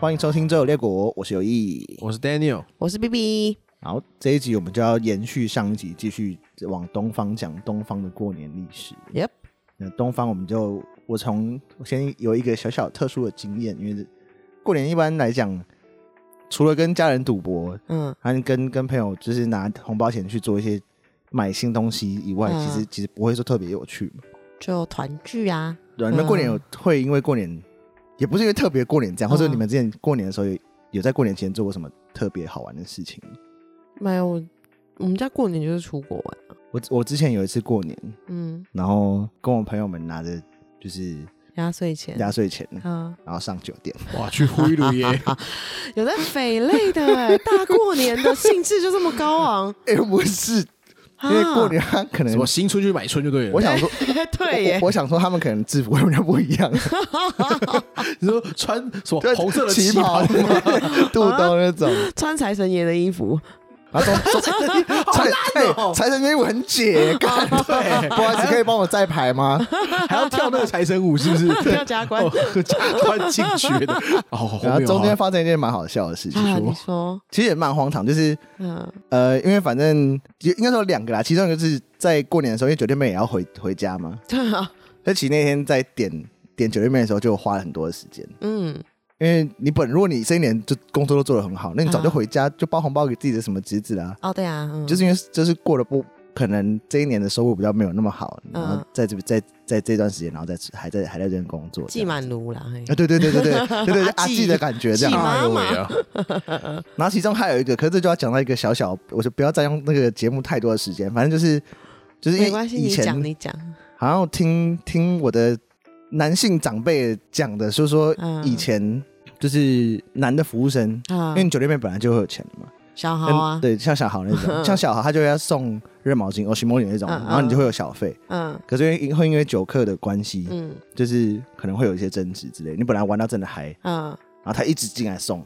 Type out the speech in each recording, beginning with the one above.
欢迎收听《周有列国》，我是有意。我是 Daniel，我是 B B，好，这一集我们就要延续上一集，继续往东方讲东方的过年历史。 Yep 那东方我们就我从我先有一个小小特殊的经验，因为过年一般来讲，除了跟家人赌博，嗯，还有跟跟朋友就是拿红包钱去做一些买新东西以外，嗯其实其实不会说特别有趣嘛。就团聚啊，对、啊，你们过年嗯有会因为过年，也不是因为特别过年这样，或者嗯你们之前过年的时候有有在过年前做过什么特别好玩的事情吗？没有，我我们家过年就是出国玩，我我之前有一次过年，嗯，然后跟我朋友们拿着就是压岁钱，压岁钱，啊，然后上酒店。哇，去挥鲁 耶，有在匪类的欸大过年的兴致就这么高昂，哎、不是，因为过年他可什能么，新春去买春就对我了。想说，啊 对我耶，我想说他们可能制服跟人家不一样，你说穿什么对红色的旗旗袍袍肚兜那种， 穿财神爷的衣服，然后 从从哦财哎财神那舞很解， 干 对，不好意思，可以帮我再排吗？还要跳那个财神舞，是不 是？不要加官哦，穿进去的。哦，后然后面中间好发生一件蛮好笑的事情，啊，你说，其实也蛮荒唐，就是嗯 呃，因为反正也应该说有两个啦，其中一个是在过年的时候，因为酒店妹也要回回家嘛，对啊，所以其实那天在点点酒店妹的时候，就花了很多的时间。嗯，因为你本如果你这一年就工作都做得很好，那你早就啊回家就包红包给自己的什么侄子啦、哦，对啊，嗯，就是因为就是过得不可能这一年的收入比较没有那么好，然后嗯在这在在这段时间，然后再还在还在这边工作，寄满炉啦，嘿啊，对对对对对对对对阿阿纪纪的感觉这样。纪吗哎呦喂啊！然后其中还有一个，可是这就要讲到一个小小，我就不要占用那个节目太多的时间，反正就是就是没因为关系，以你前讲你讲，好像听听我的男性长辈讲的，就是说嗯以前就是男的服务生，啊因为，你酒店妹本来就会有钱的嘛，小豪嗯啊，对，像小豪那种，像小豪他就要送热毛巾、欧西莫里那种，嗯嗯然后你就会有小费。嗯可是因为会因为酒客的关系，嗯就是可能会有一些争执之类。你本来玩到真的嗨，嗯，然后他一直进来送，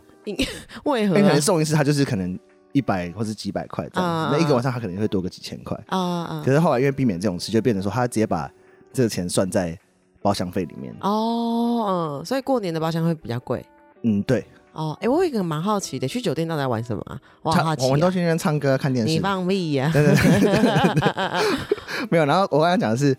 为何因为可能送一次他就是可能一百或是几百块这样嗯嗯子，那一个晚上他可能会多个几千块。啊啊可是后来因为避免这种事，就变成说他直接把这个钱算在包厢费里面。哦，嗯，所以过年的包厢会比较贵嗯，对，哦。哎、我有一个蛮好奇的，去酒店到底在玩什么啊？我好他好奇我们啊、都去那边唱歌、看电你视，放屁啊呀、对对对对对没有。然后我刚才讲的是，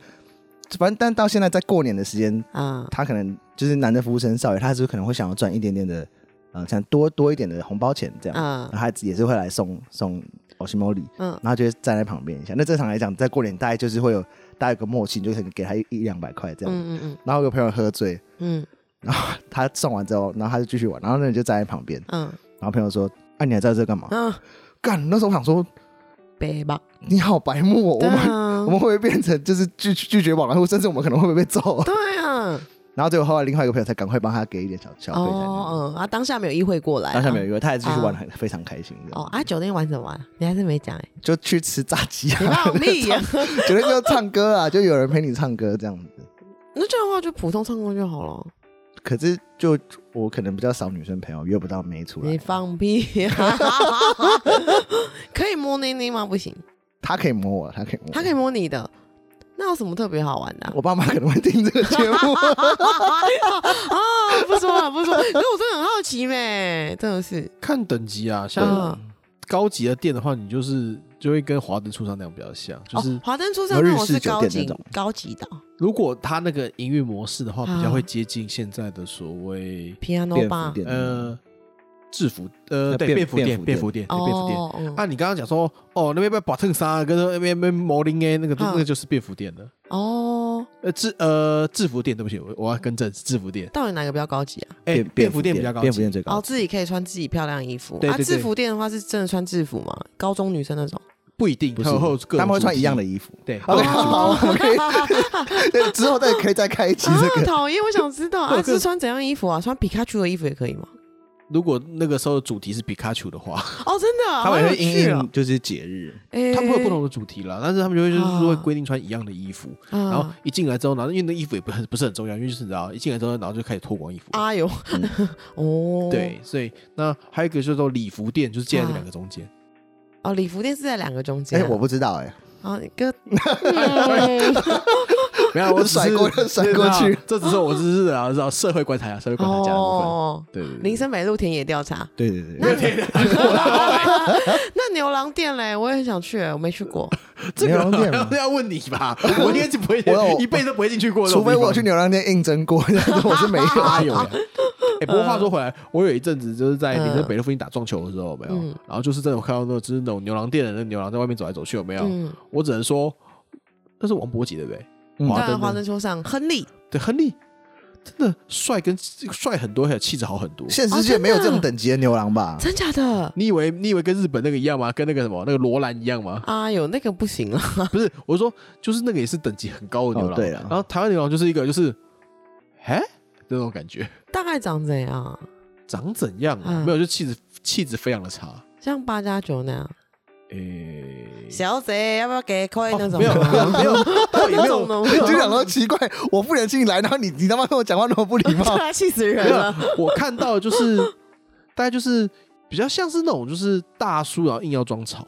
反正但到现在在过年的时间， 啊！他可能就是男的服务生少爷，他是可能会想要赚一点点的，呃，像多多一点的红包钱这样，嗯然后他也是会来送送奥西莫里，嗯然后就会站在旁边一下。那正常来讲，在过年大概就是会有大概有个默契，你就可能给他一一两百块这样。嗯嗯然后有个朋友喝醉，嗯他送完之后，然后他就继续玩，然后那你就站在旁边，嗯然后朋友说：“啊，你还在这干嘛嗯嗯，？”干，那时候我想说，北吧，你好白目哦，我对们啊我，们会不会变成就是拒拒绝往来户，甚至我们可能会不会被揍？对啊，然后结果后来另外一个朋友才赶快帮他给一点小小费才能，哦嗯啊，当下没有意会过来啊、当下没有一个，他还继续玩得很非常开心的，哦啊，酒店玩什 么、啊？你还是没讲哎、就去吃炸鸡你啊放，屁呀、酒店就唱歌啊，就有人陪你唱歌这样子。 那这样的话就普通唱歌就好了。可是就我可能比较少女生朋友，约不到妹出你来，放屁、呀 可以摸捏捏吗？不行，他可以摸我，他可以摸我，他可以摸你的。那有什么特别好玩的啊、我爸妈可能会听这个节目，啊，不说了，不说了。可是我真的很好奇咩，真的是，看等级啊，像嗯，高级的店的话，你就是就会跟华灯初上那样比较像，就是哦，华灯初上日那种式是酒高店那级种高级的哦如果他那个营运模式的话，比较啊会接近现在的所谓 piano 便吧服，店呃制服呃呃对便便服店便便服服店对便服店。哦，嗯啊，你刚刚讲说哦那边被把衬衫跟那边那边毛领哎，那个那啊个就是便服店的。哦，呃制呃制服店，对不起，我我要更正是制服店。到底哪个比较高级啊？哎，便服店比较高便服级店。最高哦，级，自己可以穿自己漂亮的衣服。对啊，对对制服店的话是真的穿制服吗？高中女生那种？不一定，不还有还有是各种他们会穿主题一样的，衣服。对， OK，好，啊 哦我们可以对之后再可以再开一期这啊，个。讨厌，我想 知道各啊，是穿怎样的衣服啊？穿皮卡丘的衣服也可以吗？如果那个时候的主题是皮卡丘的话，哦，真的啊，他们好也有会因趣哦应就是节日，哎他们会有不同的主题啦，但是他们就会就是会啊规定穿一样的衣服，啊然后一进来之后，然后因为那衣服也不很不是很重要，因为就是你知道，一进来之后，然后就开始脱光衣服。啊哟， 哦，嗯对，所以那还有一个叫做礼服店，就是介在这两个中间。哦，哎礼服店是在两个中间哎， 啊。我不知道哎，啊，哥，嗯 没有，我只是甩过甩过去，这只是我只是啊，知道社会观察家、社会观察家的部哦，分。对嗯对对，林森北路田野调查。对对对，那对你 那牛郎店嘞，我也很想去，我没去过。这个牛郎店吗啊要问你 吧，我应该是不会我有，一辈子都不会进去过的。除非我去，牛郎店应征过， 但是我是没有。哎呦喂！哎，嗯不过话说回来，我有一阵子就是在林森北路附近打撞球的时候，有没有嗯？然后就是真的有看到那种就是那种牛郎店的那牛郎在外面走来走去，有没有？嗯，我只能说，那是王伯杰对不对？嗯华当灯然的华灯初上，亨利对，亨利真的帅跟帅很多，还有气质好很多。现实界没有这种等级的牛郎吧？真假的？你以为你以为跟日本那个一样吗？跟那个什么那个罗兰一样吗？哎呦，那个不行啊！不是，我是说就是那个也是等级很高的牛郎。哦对啊然后台湾牛郎就是一个就是，哎，那种感觉大概长怎样？长怎样啊？嗯没有，就气质气质非常的差。像八加九那样？诶，小姐要不要给扣哦那种？没有没有没 有，到底没那有种的吗，你就想说奇怪，我富人进来，然后你你他妈跟我讲话那么不礼貌 对，啊，气死人没有了。，我看到就是大概就是比较像是那种就是大叔然后硬要装 潮，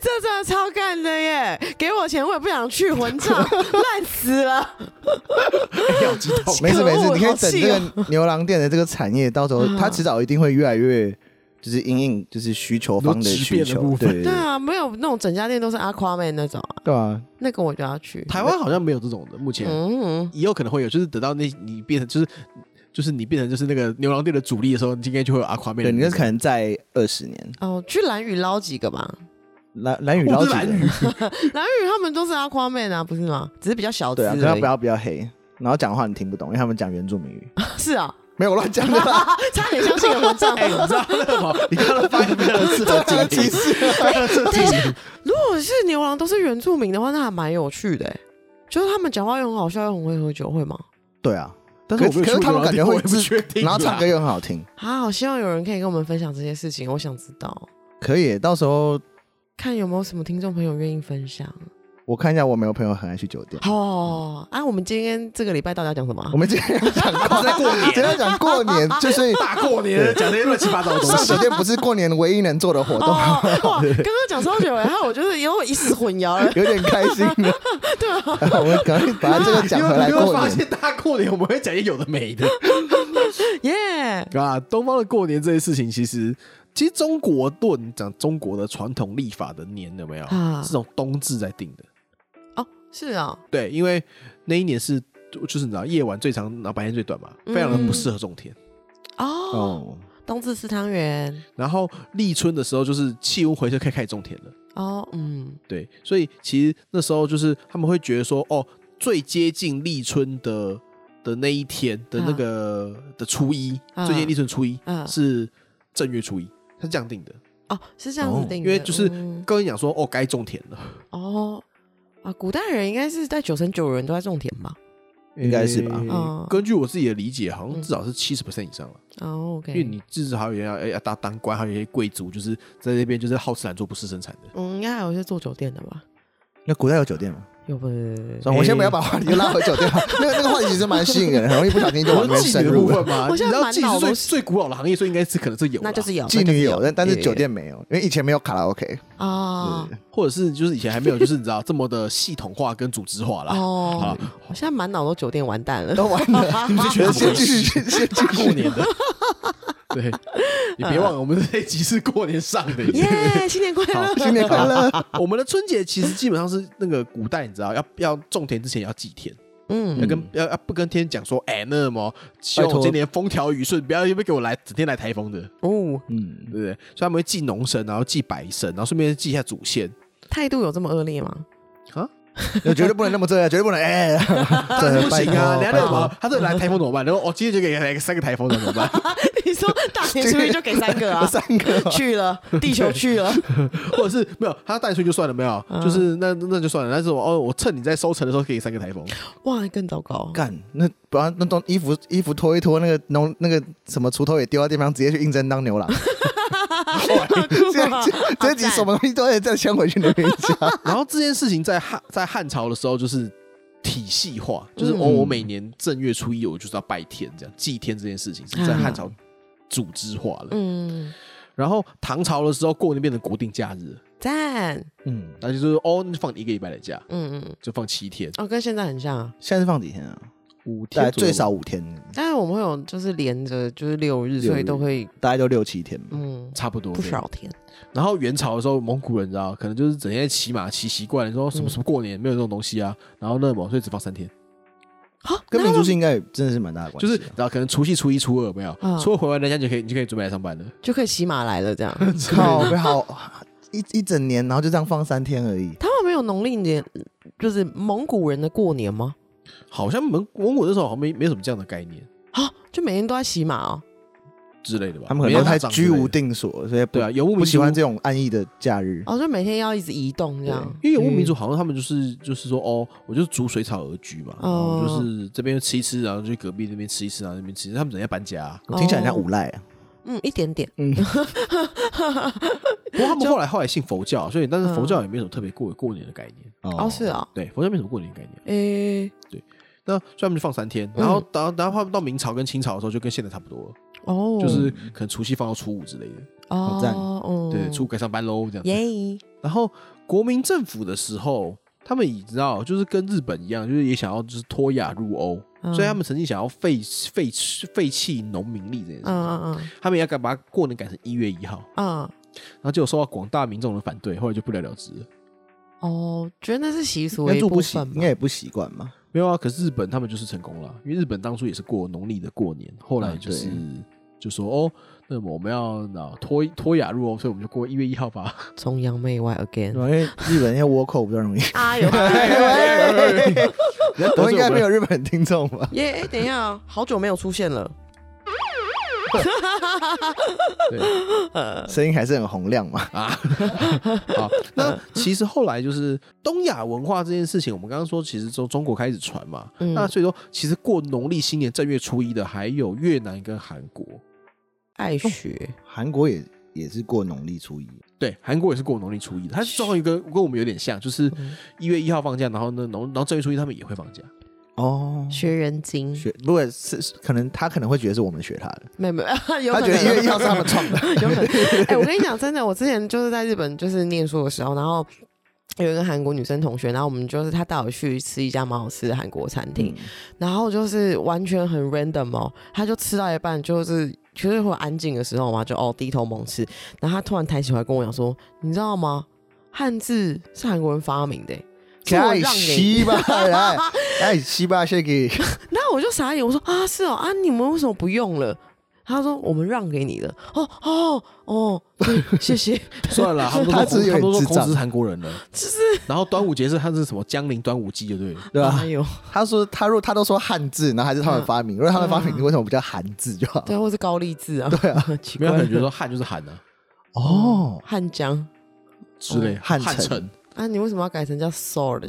这真的超干的耶！给我钱我也不想去，混 账，烂死了！要哎知 道没事没事，你可以等这好气个牛郎店的这个产业，到时候嗯它迟早一定会越来越，就是因应就是需求方的需有质变的求部，分对对啊，没有那种整家店都是阿夸妹那种啊，对啊，那个我就要去。台湾好像没有这种的，目前。嗯，也有可能会有，就是等到那你变成就是就是你变成就是那个牛郎店的主力的时候，你今天就会有阿夸妹的对，你那那种可能在二十年，哦，去蓝屿捞几个吧。蓝蓝雨我捞是几蓝个，蓝屿他们都是阿夸妹啊，不是吗？只是比较小资对而啊，已。可能不要比较黑，然后讲话你听不懂，因为他们讲原住民语，是啊， 没有我乱讲的啦，差点相信个文 章。哎、你知道那个吗？你看到发现没有是这个歧视，等一下，如果是牛郎都是原住民的话，那还蛮有趣的欸。就是他们讲话又很好笑，又很会喝酒，会吗？对啊，但是我没有可是去过他们感觉牛会郎店我也不自确定然啊啦，后唱歌又很好听，啊，好希望有人可以跟我们分享这些事情，我想知道，可以，到时候看有没有什么听众朋友愿意分享。我看一下，我没有朋友很爱去酒店。好哦，啊，我们今天这个礼拜到底要讲什么啊我？们今天要讲过在过年今天要讲过年，就是大过年的讲那些乱七八糟的东上西酒。店不是过年唯一能做的活 哦，动，。哇，刚刚讲超久欸，然后我就是因为我一时混淆 了有点开心的。对啊，我们赶快把这个讲回来 你会过发年。现大过年我们会讲一些有的没 的，耶，啊，东方的过年这些事情，其实其实中国论讲中国的传统历法的年有没有，啊是从冬至在定的。哦，是啊，对，因为那一年是就是你知道夜晚最长，然后白天最短嘛，非常的不适合种田。哦，哦，冬至吃汤圆，然后立春的时候就是气温回升，可以开始种田了。哦，嗯，对，所以其实那时候就是他们会觉得说，哦，最接近立春的的那一天的嗯那个、的初一，啊最接近立春初一、啊是正月初一，它是这样定的。哦，是这样子定的，因为就是嗯跟你讲说，哦，该种田了，哦啊，古代人应该是在九成九人都在种田吧？ 应该是吧诶嗯哦根据我自己的理解，好嗯像至少是七十 percent 以上了，哦因为，OK，你至少还有人要要当当官，还有一些贵族，就是在那边就是好吃懒做，不是生产的。嗯，应该还有一些做酒店的吧？那古代有酒店吗？有不？算了我先不要把话题拉回酒店， 那个那个话题其实蛮吸引人，很容易不小心就往里面妓深女的部入 了。分嘛，我你知现在道满妓女脑是都最是最古老的行业，所以应该是可能是有啦，那就是有妓女有，那但但就是有酒店没有，因为以前没有卡拉 OK。啊或者是就是以前还没有就是你知道这么的系统化跟组织化啦。哦好，我现在满脑都酒店，完蛋了。都完了， 你们这群人怎先么回继续事先先继大过续。年的，对，你别忘了我们这一集是过年上的。嗯耶，新年快乐！新年快乐！我们的春节其实基本上是那个古代，你知道，要要种田之前要祭天，要嗯，跟要要不跟天讲说，哎，那么希望拜我托今年风调雨顺，不要因为给我来整天来台风的，哦，嗯对，不对？所以他们会祭农神，然后祭百神，然后顺便祭一下祖先态度有这么恶劣吗？啊。绝对不能那么这样，绝对不能 哎，当然不行啊！拜托人家那什拜么，他这来台风怎么办？然后我今天就给来个三个台风，那怎么办？ 你说大年初一就给三个托啊？ 三个哦去 了，地球去了， 或者是没有他带出去就算了，没有，嗯就是那那就算了。但是我哦，我趁你在收成的时候给你三个台 风，哇，更糟 糕。干，那不然那种衣服衣服脱一脱，那个农那个什么锄头也丢到地方，直接去应征当牛 郎。啊 这这这集什么东西都得再先回去那边讲。然后这件事情在汉在汉朝的时候就是体系化，就是嗯哦，我每年正月初一我就是要拜天，这样祭天这件事情是在汉朝组织化了。嗯，然后唐朝的时候过年变成国定假日，赞，嗯，那就是哦，放你一个礼拜的假，嗯嗯，就放七天，哦，跟现在很像啊， 现在是放几天啊？五大概天左最右少五天，但是我们会有就是连着就是六日，六日所以都会大概就六七天吧。嗯差不多不。少天，然后元朝的时候，蒙古人你知道，可能就是整天骑马骑习惯了，说什么什么过年没有这种东西啊，然后那么所以只放三天，好，啊跟啊民那他族们性应该也真的是蛮大的关就系是啊。然后可能除夕初一初二有没有嗯，初二回完人家就可以你就可以准备来上班了。就可以骑马来了 这样。靠，被好一一整年，然后就这样放三天而已。他们没有农历年，就是蒙古人的过年吗？好像蒙蒙古那时候好像没没什么这样的概念啊，就每天都在骑马哦。之类的吧，他们可能没太有长之类居的无定所，所以不对啊，游牧民不族喜欢这种安逸的假日。哦，就每天要一直移动这样。嗯因为游牧民族好像他们就是就是说哦，我就是逐水草而居嘛，然哦后就是这边吃一吃，然后就去隔壁那边吃一吃，然后那边吃一吃，他们整天搬家 啊。我听起来很像哦无赖啊。嗯，一点点。嗯，不过他们后来后来信佛教，所以但是佛教也没什么特别过过年的概念。哦，是啊。对，佛教没什么过年概念。诶，那所以他们就放三嗯天，然后到然后他们到明朝跟清朝的时候就跟现在差不多了，哦，就是可能除夕放到初五之类的，好赞哦，嗯对，初五该上班喽这样子。耶，然后国民政府的时候，他们也知道，就是跟日本一样，就是也想要就是脱亚入欧，嗯所以他们曾经想要废废废弃农民历这件事情，嗯嗯他们也要把过年改成一月一号，嗯嗯，然后结果受到广大民众的反对，后来就不了了之了。哦，觉得那是习应俗的该一住部不习，分吧应该也不习惯嘛。没有啊，可是日本他们就是成功了，因为日本当初也是过农历的过年，后来就是、啊就说哦，那么我们要那脱脱亚入欧，所以我们就过一月一号 吧。 崇洋媚外对。again 吧因为日本人要倭寇比较 容易。啊有 人家得罪我应该们没有日本听众吧？耶！诶等一下哦，好久没有出现了。对 声音还是很洪亮嘛。啊，好，那其实后来就是东亚文化这件事情，我们刚刚说，其实从中国开始传嘛，嗯那所以说，其实过农历新年正月初一的还有越南跟韩国，爱学韩国也也是过农历初一，对，韩国也是过农历初一的，它是状况跟跟我们有点像，就是嗯一月一号放假，然后呢，农然后正月初一他们也会放 假，哦，学人精，学如果是是可能他可能会觉得是我们学他的，没有没有， 有他可觉得能因为要是他们创的， 有可能。哎、我跟你讲，真的，我之前就是在日本就是念书的时候，然后。有一个韩国女生同学，然后我们就是她带我去吃一家蛮好吃的韩国餐 厅，然后就是完全很 random 哦，她就吃到一半就是就是会有安静的时候嘛，就哦低头猛吃，然后她突然抬起头来跟我讲说，你知道吗？汉字是韩国人发明的、是我太让给你 稀巴哎来，太稀巴谢给，那我就傻眼，我说啊是哦啊，你们为什么不用了？他说我们让给你了。哦哦哦， 谢谢。算了，他们都他说只是他有们都点说智障孔子是韩国人了，就是然后端午节是他是什么江陵端午祭就对了，啊对吧哎？呦， 他说他如果他都说汉字，然后还是他们发明，如果他们发明，嗯你为什么不叫韩字就好？对，或是高丽字啊，对啊，奇没有怪，感觉得说汉就是韩啊嗯哦，汉江之类，汉汉城城，啊，你为什么要改成叫 sword？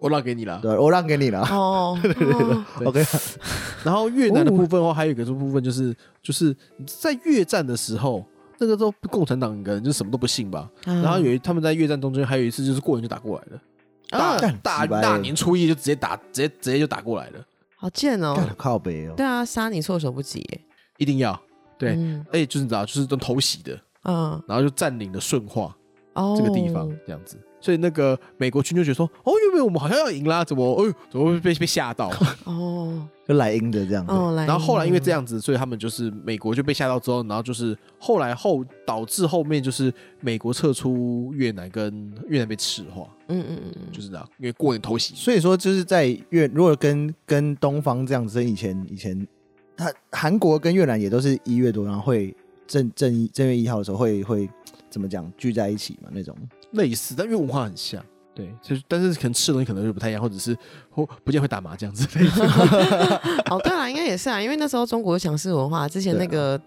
我让给你了。对，我让给你了 哦，哦，OK，然后越南的部分哦，还有一个部分就是，就是在越战的时候，那个时候共产党可能就什么都不信吧。嗯然后有一他们在越战中间还有一次就是过年就打过来了，啊干大鸡巴大耶大年初一就直接打，直接直接就打过来了，好贱哦。干靠北哦，对啊，杀你措手不及耶。一定要对。嗯哎、就是你知道，就是都偷袭的，嗯然后就占领了顺化哦，这个地方，这样子。所以那个美国军就觉得说，哦，原本我们好像要赢啦，怎么，哎呦，怎么会被被吓到？哦就来阴的这样子，哦，来。然后后来因为这，样子，所以他们就是美国就被吓到之后，然后就是后来后导致后面就是美国撤出越南，跟越南被赤化，嗯嗯嗯，就是这样，因为过年偷袭。所以说，就是在越如果跟跟东方这样子，以前以前，他韩国跟越南也都是一月多，然后会正正一正月一号的时候会会怎么讲聚在一起嘛那种。类似，但因为文化很像。对，就是但是可能吃的东西可能就不太一样，或者是或不见会打麻将之类的。 哦，对啦，应该也是啊，因为那时候中国有强势文化，之前那啊个。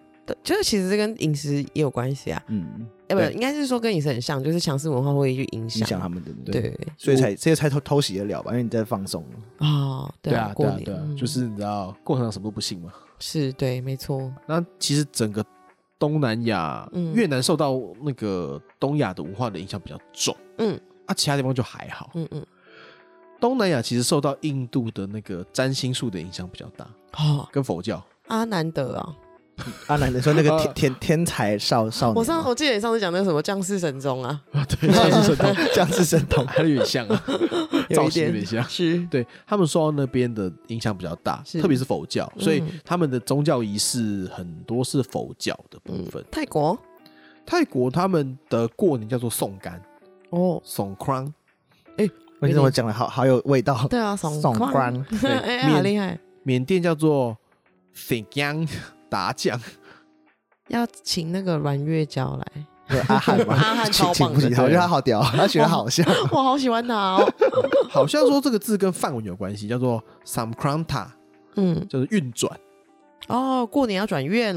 就是其实这跟饮食也有关系啊，嗯，哎，不对，应该是说跟饮食很像，就是强势文化会去影影响响。他们的对，所以才这些才偷偷袭得了吧，因为你在放松。哦，对啊啊，，过对啊，年对啊嗯，就是你知道共产党什么都不信嘛。是对，没错，那其实整个东南亚，嗯越南受到那个东亚的文化的影响比较重，嗯啊，其他地方就还好。嗯嗯，东南亚其实受到印度的那个占星术的影响比较大，哦跟佛教。啊，难得啊，阿南你说那个呃天天天才少少哦年吗，我上我记得你上次讲那个什么降世神 宗啊，啊，对，僵尸神童，这样是神童，还有点像啊，有造一型 有点点像。是对他们受到那边的影响比较大，是特别是佛教，所以嗯他们的宗教仪式很多是佛教的部分。泰国泰国他们的过年叫做送干，哦，送康，我觉得我讲的好好有味道，对啊，宋爽冠快，对 哎，缅好厉害，缅甸叫做 t h i n g a n g 打酱，要请那个阮月娇来，对阿汉嘛，阿汉超请棒不的起他，我觉得他好屌，他学的好像， 我好喜欢她哦，好像说这个字跟梵文有关系，叫做 samkranta，嗯，就是运转，哦，过年要转院，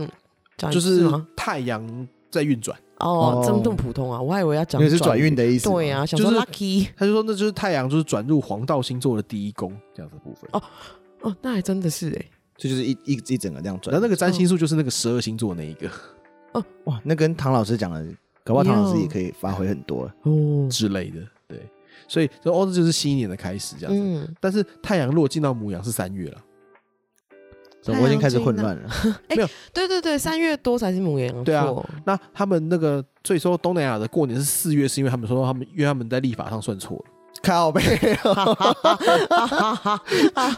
啊转就是吗？太阳在运转。哦哦，这么这么普通啊，我还以为要因讲为是转，运的意思嘛，对啊，想说就是 lucky 他就说那就是太阳就是转入黄道星座的第一宫这样子的部分。哦哦，那还真的是哎，这就是一一一整个这样然转后那。个占星术就是那个十二星座那一个哇，那跟唐老师讲的，搞不好唐老师也可以发挥很多。哦，之类的，对，所以说哦，这就是新一年的开始这样子。嗯，但是太阳落进到母羊是三月了，所以我已经开始混乱了。对对对，三月多才是母羊座，对啊那他们那个所以说东南亚的过年是四月，是因为他们说他们因为他们在历法上算错了，靠背，哦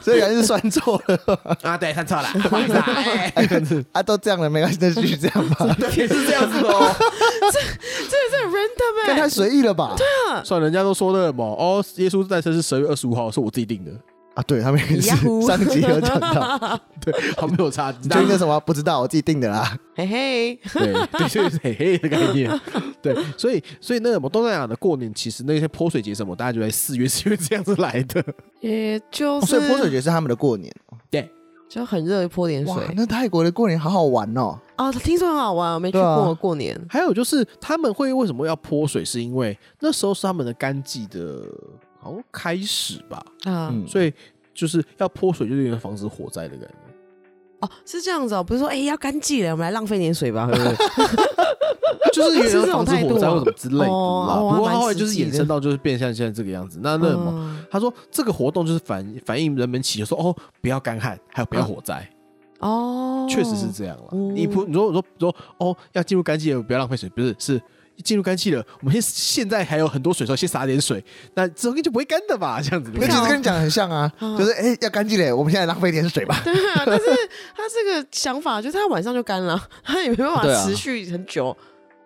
所以还是算错了啊，对，算错 了，不好意思啊，哎啊！都这样了，没关系，那就继续这样吧。也是这样子的哦。这很 random 但哎、太随意了吧？ 算了人家都说那什么哦，耶稣诞生是十二月二十五号，是我自己定的，啊，对他们也是呀呼 上集有讲到，对，他没有 差，你确定是什么？不知道，我自己定的啦。嘿嘿， 对，对，就是嘿嘿的概 念。对，所以所以那什么东南亚的过年，其实那些泼水节什么，大家就在四月是因为这样子来的。也就哦所是、以泼水节是他们的过年。就很热，泼点哇，水那泰国的过年好好玩哦。啊，听说很好玩，我没去对过啊过年， 还有就是他们会为什么要泼水，是因为那时候是他们的干季的，好像开始吧，啊，嗯，所以就是要泼水，就是有点防止火灾的感 觉。哦，是这样子哦，不是说哎、要干净了，我们来浪费点水吧，会不会就是有是这点防种止态度火灾啊或什么之类的啦。哦哦不过它还蛮后来就是实际衍的生到就是变相现在这个样子。那那什么，嗯他说这个活动就是反反映人们祈求说哦，不要干旱，还有不要火灾。哦，确实是这样了。哦你不，你说我说说哦，要进入干季了，不要浪费水，不是是进入干季了，我们先现在还有很多水的时候，先撒点水，那之后应该就不会干的吧？这样子的那感其觉。实跟你讲的很像啊，嗯就是哎要干净嘞，我们现在浪费一点水吧。 对啊，但是他这个想法就是他晚上就干了， 他也没办法对啊持续很久、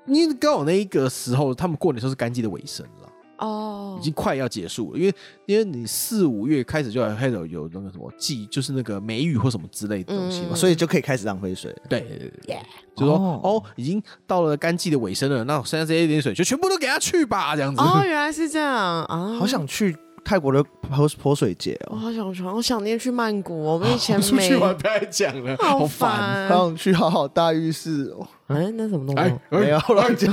你刚好那一个时候，他们过年的时候是干季的尾声了，哦，已经快要结束了，因为因为你四五月开始就开始有有那个什么季，就是那个梅雨或什么之类的东西嘛，嗯所所以就可以开始浪费水了。以对对对对 Yeah 就说哦哦，已经到了干季的尾声了，那我剩下这一点水就全部都给它去吧，这样子。 哦，原来是这样啊，好想去泰国的泼泼水节我哦，好想床，我想念去曼谷哦，我们以前出去没。玩不要再讲了，好好烦。好烦！想去好好大浴室哦。哎，那什么东哎西？没有乱讲，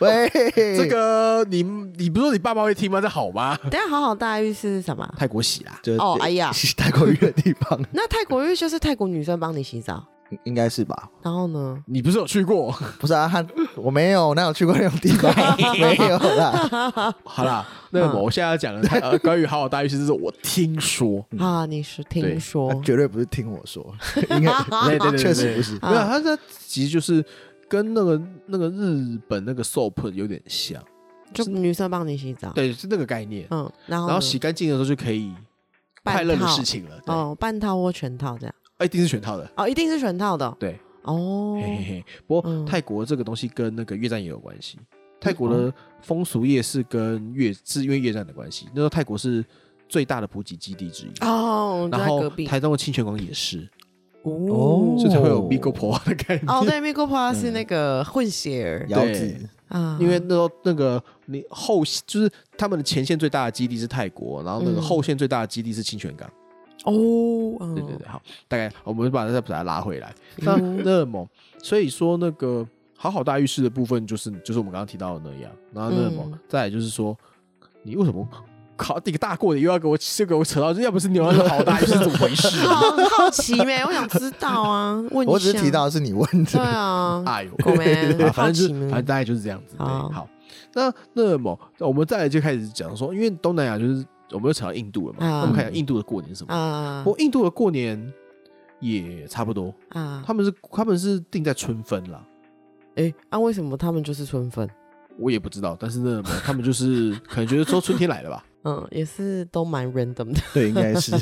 喂，这这个你你不是说你爸妈会听吗？这好吗？等一下好好大浴室是什么啊？ 泰国洗啦，就哦哎呀是泰国浴的地方那泰国浴就是泰国女生帮你洗澡，应该是吧？然后呢？你不是有去过？ 不是啊，他我没有，哪有去过那种地方？没有啦。好 啦，那么嗯我现在要讲的泰呃关于好好大浴室，是我听说，啊，你是嗯对听说他？绝对不是听我说，应该 对对对，嗯确实不是。没啊有，它它其实就是跟那个那个日本那个 soap 有点像，就女生帮你洗澡，啊对，是那个概念。嗯，然后然后呢洗干净的时候就可以半快乐的套事情了，对，啊哦，半套或全套这样一定是全套的，哦，一定是全套的哦对。哦嘿嘿嘿，不过嗯泰国这个东西跟那个越战也有关系。泰国的风俗业是跟越是因为越战的关系，那时候泰国是最大的补给基地之一。哦，就然在后隔壁台中的清泉宫也是，哦所以才会有哦 b i g o p o 的概 念。哦，对 m i g o p a 是那个混血儿姚子啊，因为那时候那个你后就是他们的前线最大的基地是泰国，然后那个嗯后线最大的基地是清泉港。哦，嗯嗯对对对，好，大概我们把再把它拉回来。那那么，所以说那个好好大浴室的部分，就是就是我们刚刚提到的那样。然后那么，嗯？再来就是说，你为什么考这个大过年又要给我又给我扯到，要不是你要是好好大浴室怎么回事好好奇没？我想知道啊，问一我只是下提，到是你问对的， 啊，哎 呦，狗妹啊，反正就是好奇呢反正大概就是这样子。对，好好，那那么我们再来就开始讲说，因为东南亚就是我们又扯到印度了嘛，啊那我们看一下印度的过年是什么？啊我印度的过年，也差不多。啊他，们是他们是定在春分啦，哎，啊，为什么他们就是春分？我也不知道，但是呢，他们就是 可能觉得说春天来了吧。嗯，也是都蛮 random 的， 对，应该是。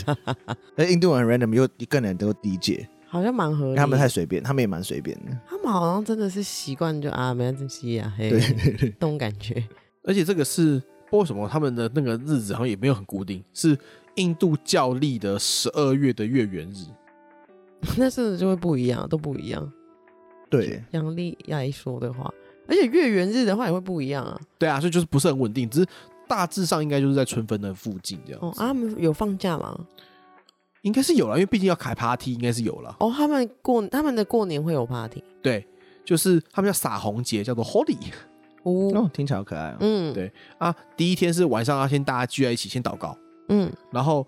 而印度人很 random 又更能够理解，好像蛮合因为理的。他们太随便，他们也蛮随便的。他们好像真的是习惯就啊，没关系啊，嘿，对对对，那种感觉。而且这个是不知道为什么他们的那个日子好像也没有很固定，是印度教历的十二月的月圆日。那真的就会不一样，都不一样。对，阳历来说的话，而且月圆日的话也会不一样啊。对啊，所以就是不是很稳定，只是大致上应该就是在春分的附近这样哦，子。啊、他们有放假吗？应该是有了，因为毕竟要开 party，应该是有了。哦，他们过他们的过年会有 party。对，就是他们叫撒红节，叫做 Holi 哦，哦，听起来好可爱哦。嗯，对啊。第一天是晚上要先大家聚在一起，先祷告，嗯，然后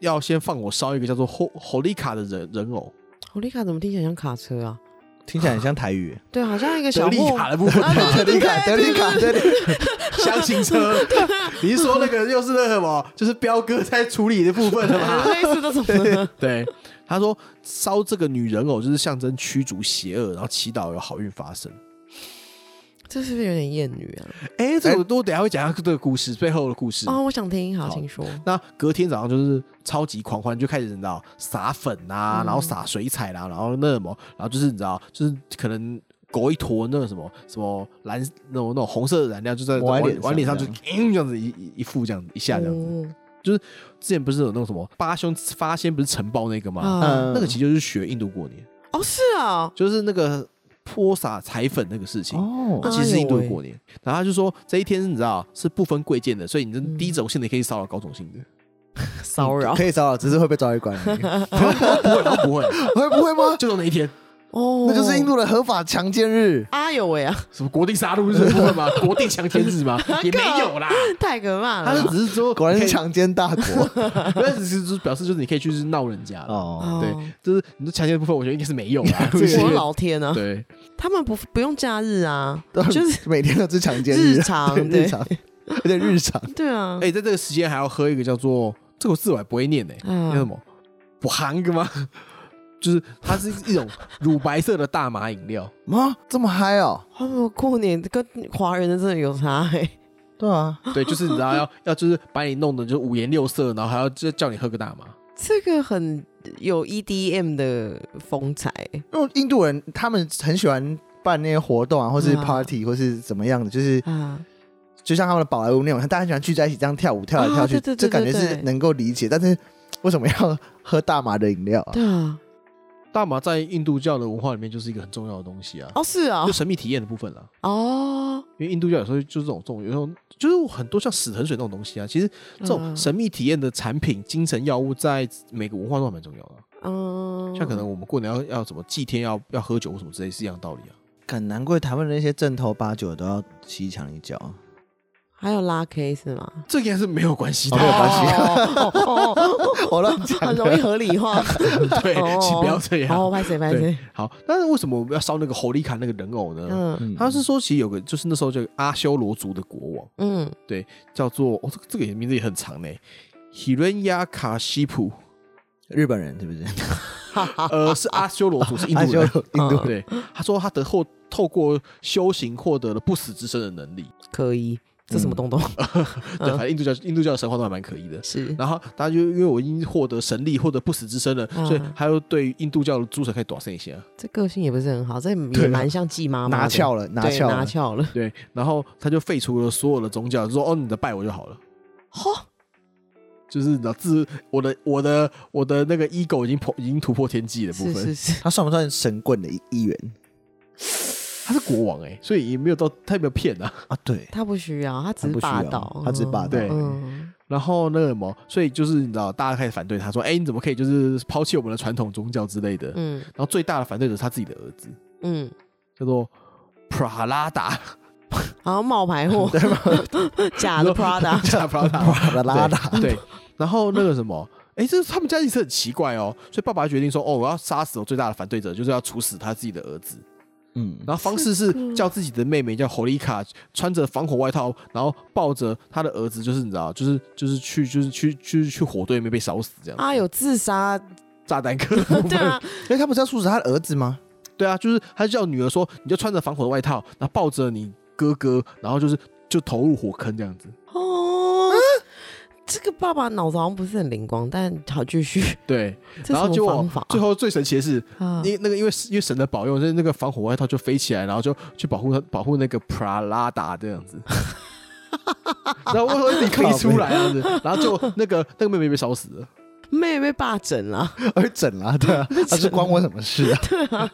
要先放火烧一个叫做 Ho Holi 卡的人人偶，红利哦卡怎么听起来像卡车啊？听起来很像台语。对，啊好像一个德小利货卡的部分，啊对德利卡，德利卡，德利箱型 车。你是说那个又是那个什么，就是彪哥在处理的部分了吗？类似这种的。 对，他说烧这个女人偶就是象征驱逐邪恶，然后祈祷有好运发生。 这是不是有点艳女啊？哎，这个我都等一下会讲这个故事背后的故事。哦，我想听，好，好请说。嗯那隔天早上就是超级狂欢，就开始你知道撒粉啊，嗯然后撒水彩啦、然后那什么，然后就是你知道，就是可能裹一坨那个什么什么蓝那种那种红色的染料，就在抹在碗脸上碗脸上就这嗯这样子一一一副这样子一下这样子。嗯之前不是有那种什么八兄八仙不是晨报那个吗？啊，那个其实就是学印度过年，哦，是啊，就是那个泼洒彩粉那个事情。那哦，其实是印度哎呦喂过年，然后他就说这一天你知道是不分贵贱的，所以你这低种姓的可以骚扰高种姓的，骚扰可以骚扰，只是会被抓一关而已。 不会他不会，会不会吗？ 就从那一天，哦，那就是印度的合法强奸日。啊，有喂啊，什么国定杀戮日不会吗？国定强奸 日吗？也没有啦，太可怕他了就吧。只是说果然是 你可以，强奸大国那只是就是表示就是你可以去闹人家的，哦。对哦，就是你说强奸的部分，我觉得应该是没有 啦，不是我的老天啊！对，他们不不用假日啊，就是每天都是强奸日日常对对日常，而且日常对啊，哎，在这个时间还要喝一个叫做这个字我还不会念呢，啊叫什么？不含个吗？ 就是它是一种乳白色的大麻饮料，啊，这么嗨哦？他们过年跟华人的真的有差哎、对啊，对，就是你知道要要就是把你弄得就五颜六色，然后还要就叫你喝个大麻。这个很有 EDM 的风采、因为印度人他们很喜欢办那些活动啊，或是啊 party，或是怎么样的，就是啊，就像他们的宝莱坞那种，大家很喜欢聚在一起这样跳舞，跳来跳啊对去对对，这感觉对对是能够理解。但是为什么要喝大麻的饮料啊？对啊，大麻在印度教的文化里面就是一个很重要的东西啊，哦是啊就，神秘体验的部分啦。哦，因为印度教有时候就是这种这种，有时候就是很多像死藤水那种东西啊，其实这种嗯神秘体验的产品、精神药物在每个文化都还蛮重要的啊、嗯，像可能我们过年要要什么祭天要要喝酒什么之类是一样的道理啊。很难怪台湾的那些正头八九都要七强一脚，还有拉 K 是吗？这个应该是没有关系的，哦没有关系哦哦哦哦我乱哦很容易啊合理化。 对，哦请不要这样。哦，拍谁拍对啊谁？，好，但是为什么我们要烧那个侯利卡那个人偶呢？嗯他是说，其实有个就是那时候就有个阿修罗族的国王，嗯，叫做哦，这个这个名字也很长呢，Hiranya 卡西普， 日本人是不是？呃，是阿修罗族，是印度就人。 印度嗯对，他说他得后透过修行获得了不死之身的能力。可以，这什么东东？嗯对，反正印度教印度教的神话都还蛮可疑的。是然后大家就因为我已经获得神力，获得不死之身了，嗯所以他又对印度教的诸神可以躲胜一些。这个性也不是很好，这对也啊蛮像季妈妈拿的翘了，拿对翘拿了，翘了。对，然后他就废除了所有的宗教，就说哦，你的拜我就好了。哈，就是你知道，自我的我的我的那个 ego 已经破已经突破天际的部是分，是是，他算不算神棍的一一员他是国王哎、所以也没有到他也没有骗啊。啊？对，他不需要，他只他是不需霸要道，，他只是霸嗯道。对嗯，然后那个什么，所以就是你知道，大家开始反对他说，哎、你怎么可以就是抛弃我们的传统宗教之类的？嗯然后最大的反对者是他自己的儿子，嗯，叫做 Pralada，好像冒牌货， 假 的 Prada，叫 Pralada，拉拉达，对。然后那个什么， 哎、这他们家也是很奇怪哦，所以爸爸决定说，哦，我要杀死我最大的反对者，就是要处死他自己的儿子。嗯，然后方式是叫自己的妹妹叫 Holika，穿着防火外套，然后抱着他的儿啊子，就是你知道，就是就是去就是去去去火堆里面被烧死这样。啊，有自杀炸弹 客的部分。对啊，所以他不是要阻止他的儿子 吗？对啊，就是他叫女儿说，你就穿着防火的外套，然后抱着你哥哥，然后就是就投入火坑这样子。哦，这个爸爸脑子好像不是很灵光，但好继 续。对，这然后什结么果方法？最后最神奇的是，啊因那个因为因为神的保佑，所以那个防火外套就飞起来，然后就去保护他保护那个 Prada 这样子。 然后为什么你可以出来这样子？然后就那个那个妹妹被烧死了。妹妹霸整了，而整了，对啊，他是关我什么事啊？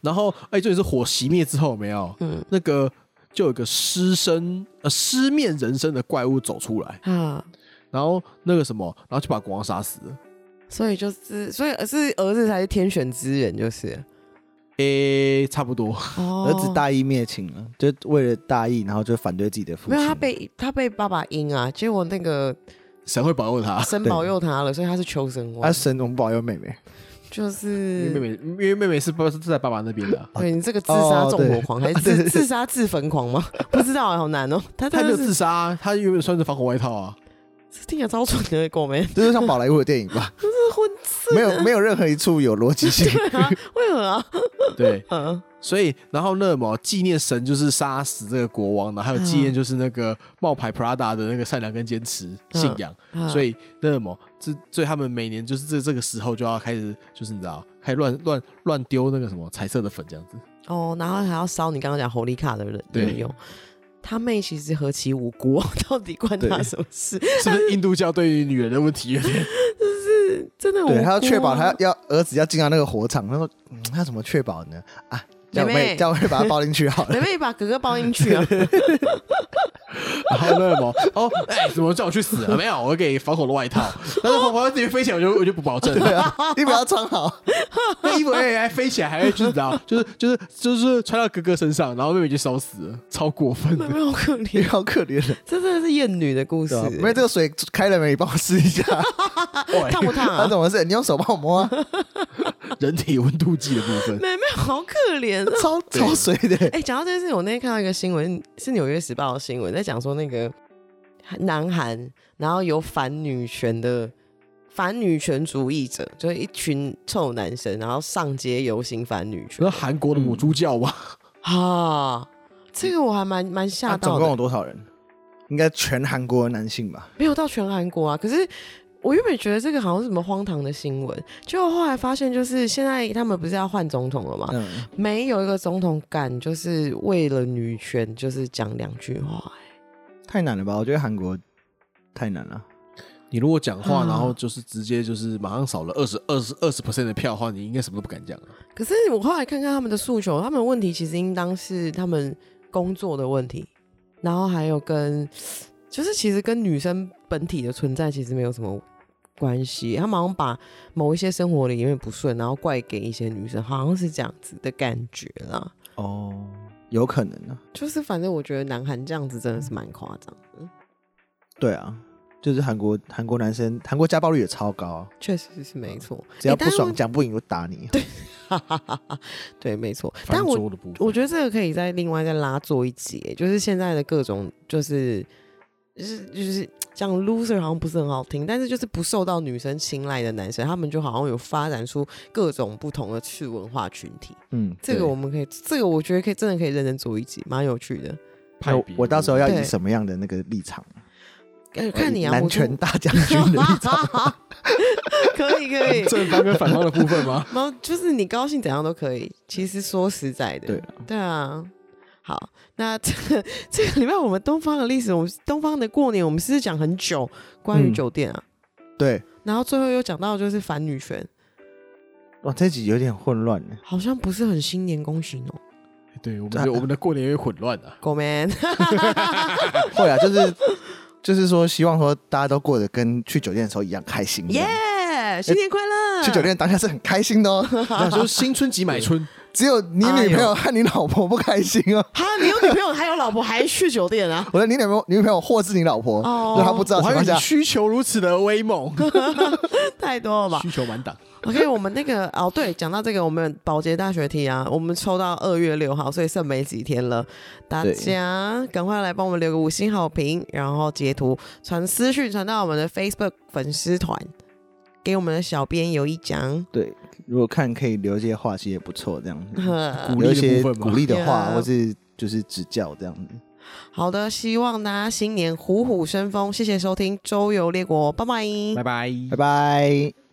然后哎，这、也是火熄灭之后有没有？嗯那个就有一个尸身呃尸面人身的怪物走出来，啊，然后那个什么，然后就把国王杀死了。所以就是，所以呃是儿子才是天选之人，就是诶、差不多。 哦儿子大义灭亲了，就为了大义，然后就反对自己的父没亲。有他被他被爸爸阴啊，结果那个神会保佑他。神对保佑他了，所以他是求生他王，神龙保佑妹 妹，就因是为妹妹，因为妹妹是爸是在爸爸那边的啊、对你这个自杀哦纵火狂、还是对对 对自自杀自焚狂吗？不知道、好难哦、他他他也没有就自是杀啊、他原本穿着防火外套啊。听起来超蠢的，狗 没这就像宝莱坞的电影吧？没有没有任何一处有逻辑 性。啊？为何啊？对，嗯，所以然后那什么纪念神就是杀死这个国王，然后还有纪念就是那个冒牌 Prada 的那个善良跟坚持信仰。啊所以那什么，这所以他们每年就是这这个时候就要开始，就是你知道，开始乱乱乱丢那个什么彩色的粉这样子。 哦，然后还要烧你刚刚讲红利卡的人对人用。他妹其实何其无辜，哦 到底关他对什么事？是不是印度教对于女人的问题有点？是真的很无辜啊、对他要确保他要儿子要进到那个火场，他说：“嗯，他怎么确保呢？啊，叫我妹妹妹叫我妹把他抱进去好 了。妹妹把哥哥抱进去啊！ 然后那什么，哦，哎，怎么叫我去死啊？没有，我给防火的外套， 但是防火外套自己飞起来，我就我就不保证”了。对啊，你把它穿好。那衣服哎哎飞起来，还会就是你知道，就是就是就是穿到哥哥身上，然后妹妹就烧死了，超过分妹的。妹好可你怜，好可怜的，这真的 是艳女的故事对啊。妹，这个水开了没？你帮我试一 下。喂烫不烫啊，啊？怎么是？你用手帮我摸啊， 人体温度计的部 分，妹妹好可怜啊！超超水的。哎、讲到这件事，我那天看到一个新闻，是《纽约时报》的新闻，在讲说那个南韩，然后有反女权的反女权主义者，就是一群臭男生，然后上街游行反女权说韩国的母猪教吧，啊。这个我还蛮蛮吓啊总到共有的，多少人？应该全韩国的男性吧？没有到全韩国啊。可是我原本觉得这个好像是什么荒唐的新闻，结果后来发现，就是现在他们不是要换总统了吗？嗯，没有一个总统敢就是为了女权就是讲两句话、太难了吧？我觉得韩国太难了。 你如果讲话，啊然后就是直接就是马上少了二十二十二十 percent 的票的话，你应该什么都不敢讲啊了。可是我后来看看他们的诉求，他们的问题其实应当是他们工作的问题，然后还有跟，就是其实跟女生本体的存在其实没有什么关系。他们好像把某一些生活里面不顺，然后怪给一些女生，好像是这样子的感觉啦。哦，有可能啊。就是反正我觉得南韩这样子真的是蛮夸张的，对啊，就是韩国韩国男生，韩国家暴率也超高啊、确实是没错。嗯只要诶不爽，讲不赢我打你。对，但是我 对，没错。翻但我桌的部分，我觉得这个可以再另外再拉做一节，就是现在的各种就是就是就是讲 loser 好像不是很好听，但是就是不受到女生青睐的男生，他们就好像有发展出各种不同的次文化群体。嗯，这对个我们可以，这个我觉得可以真的可以认真做一集，蛮有趣的。派那我别我到时候要以对什么样的那个立场？哎看你啊，哦男我就权大将军的 立 场。可以可以，正方跟反方的部分吗？然后就是你高兴怎样都可以。其实说实在的，对对啊。好，那这个这个礼拜我们东方的历史，我们东方的过年，我们是不是讲很久关于嗯酒店啊，对，然后最后又讲到就是反女权，哇，这集有点混乱呢。好像不是很新年恭喜哦， 对，我们 的我们的过年有点混乱啊。狗 man，会啊，就是就是说，希望说大家都过得跟去酒店的时候一样开心。耶！新年快乐！去酒店当下是很开心的哦， 那就是新春集买 春，只有你女朋友和你老婆不开心哦。哈，你有女朋友还有老婆还去酒店 啊？我的你女朋友，女朋友或是你老婆，哦就她不知道我的情还以为况你下，需求如此的威 猛，太多了吧？需求满档。 OK，我们那个哦，对，讲到这个，我们保洁大学题啊，我们抽到二月六号，所以剩没几天了，大对家赶快来帮我们留个五星好评，然后截图传私讯传到我们的 Facebook 粉丝团，给我们的小编有一奖。对，如果看可以留一些话，其实也不错，这样子，鼓嗯留励一的些部分鼓嘛。励的话， Yeah 或是就是指教这样子。 好的，希望大家新年虎虎生风。谢谢收听《周游列国》，拜拜。拜拜，拜拜。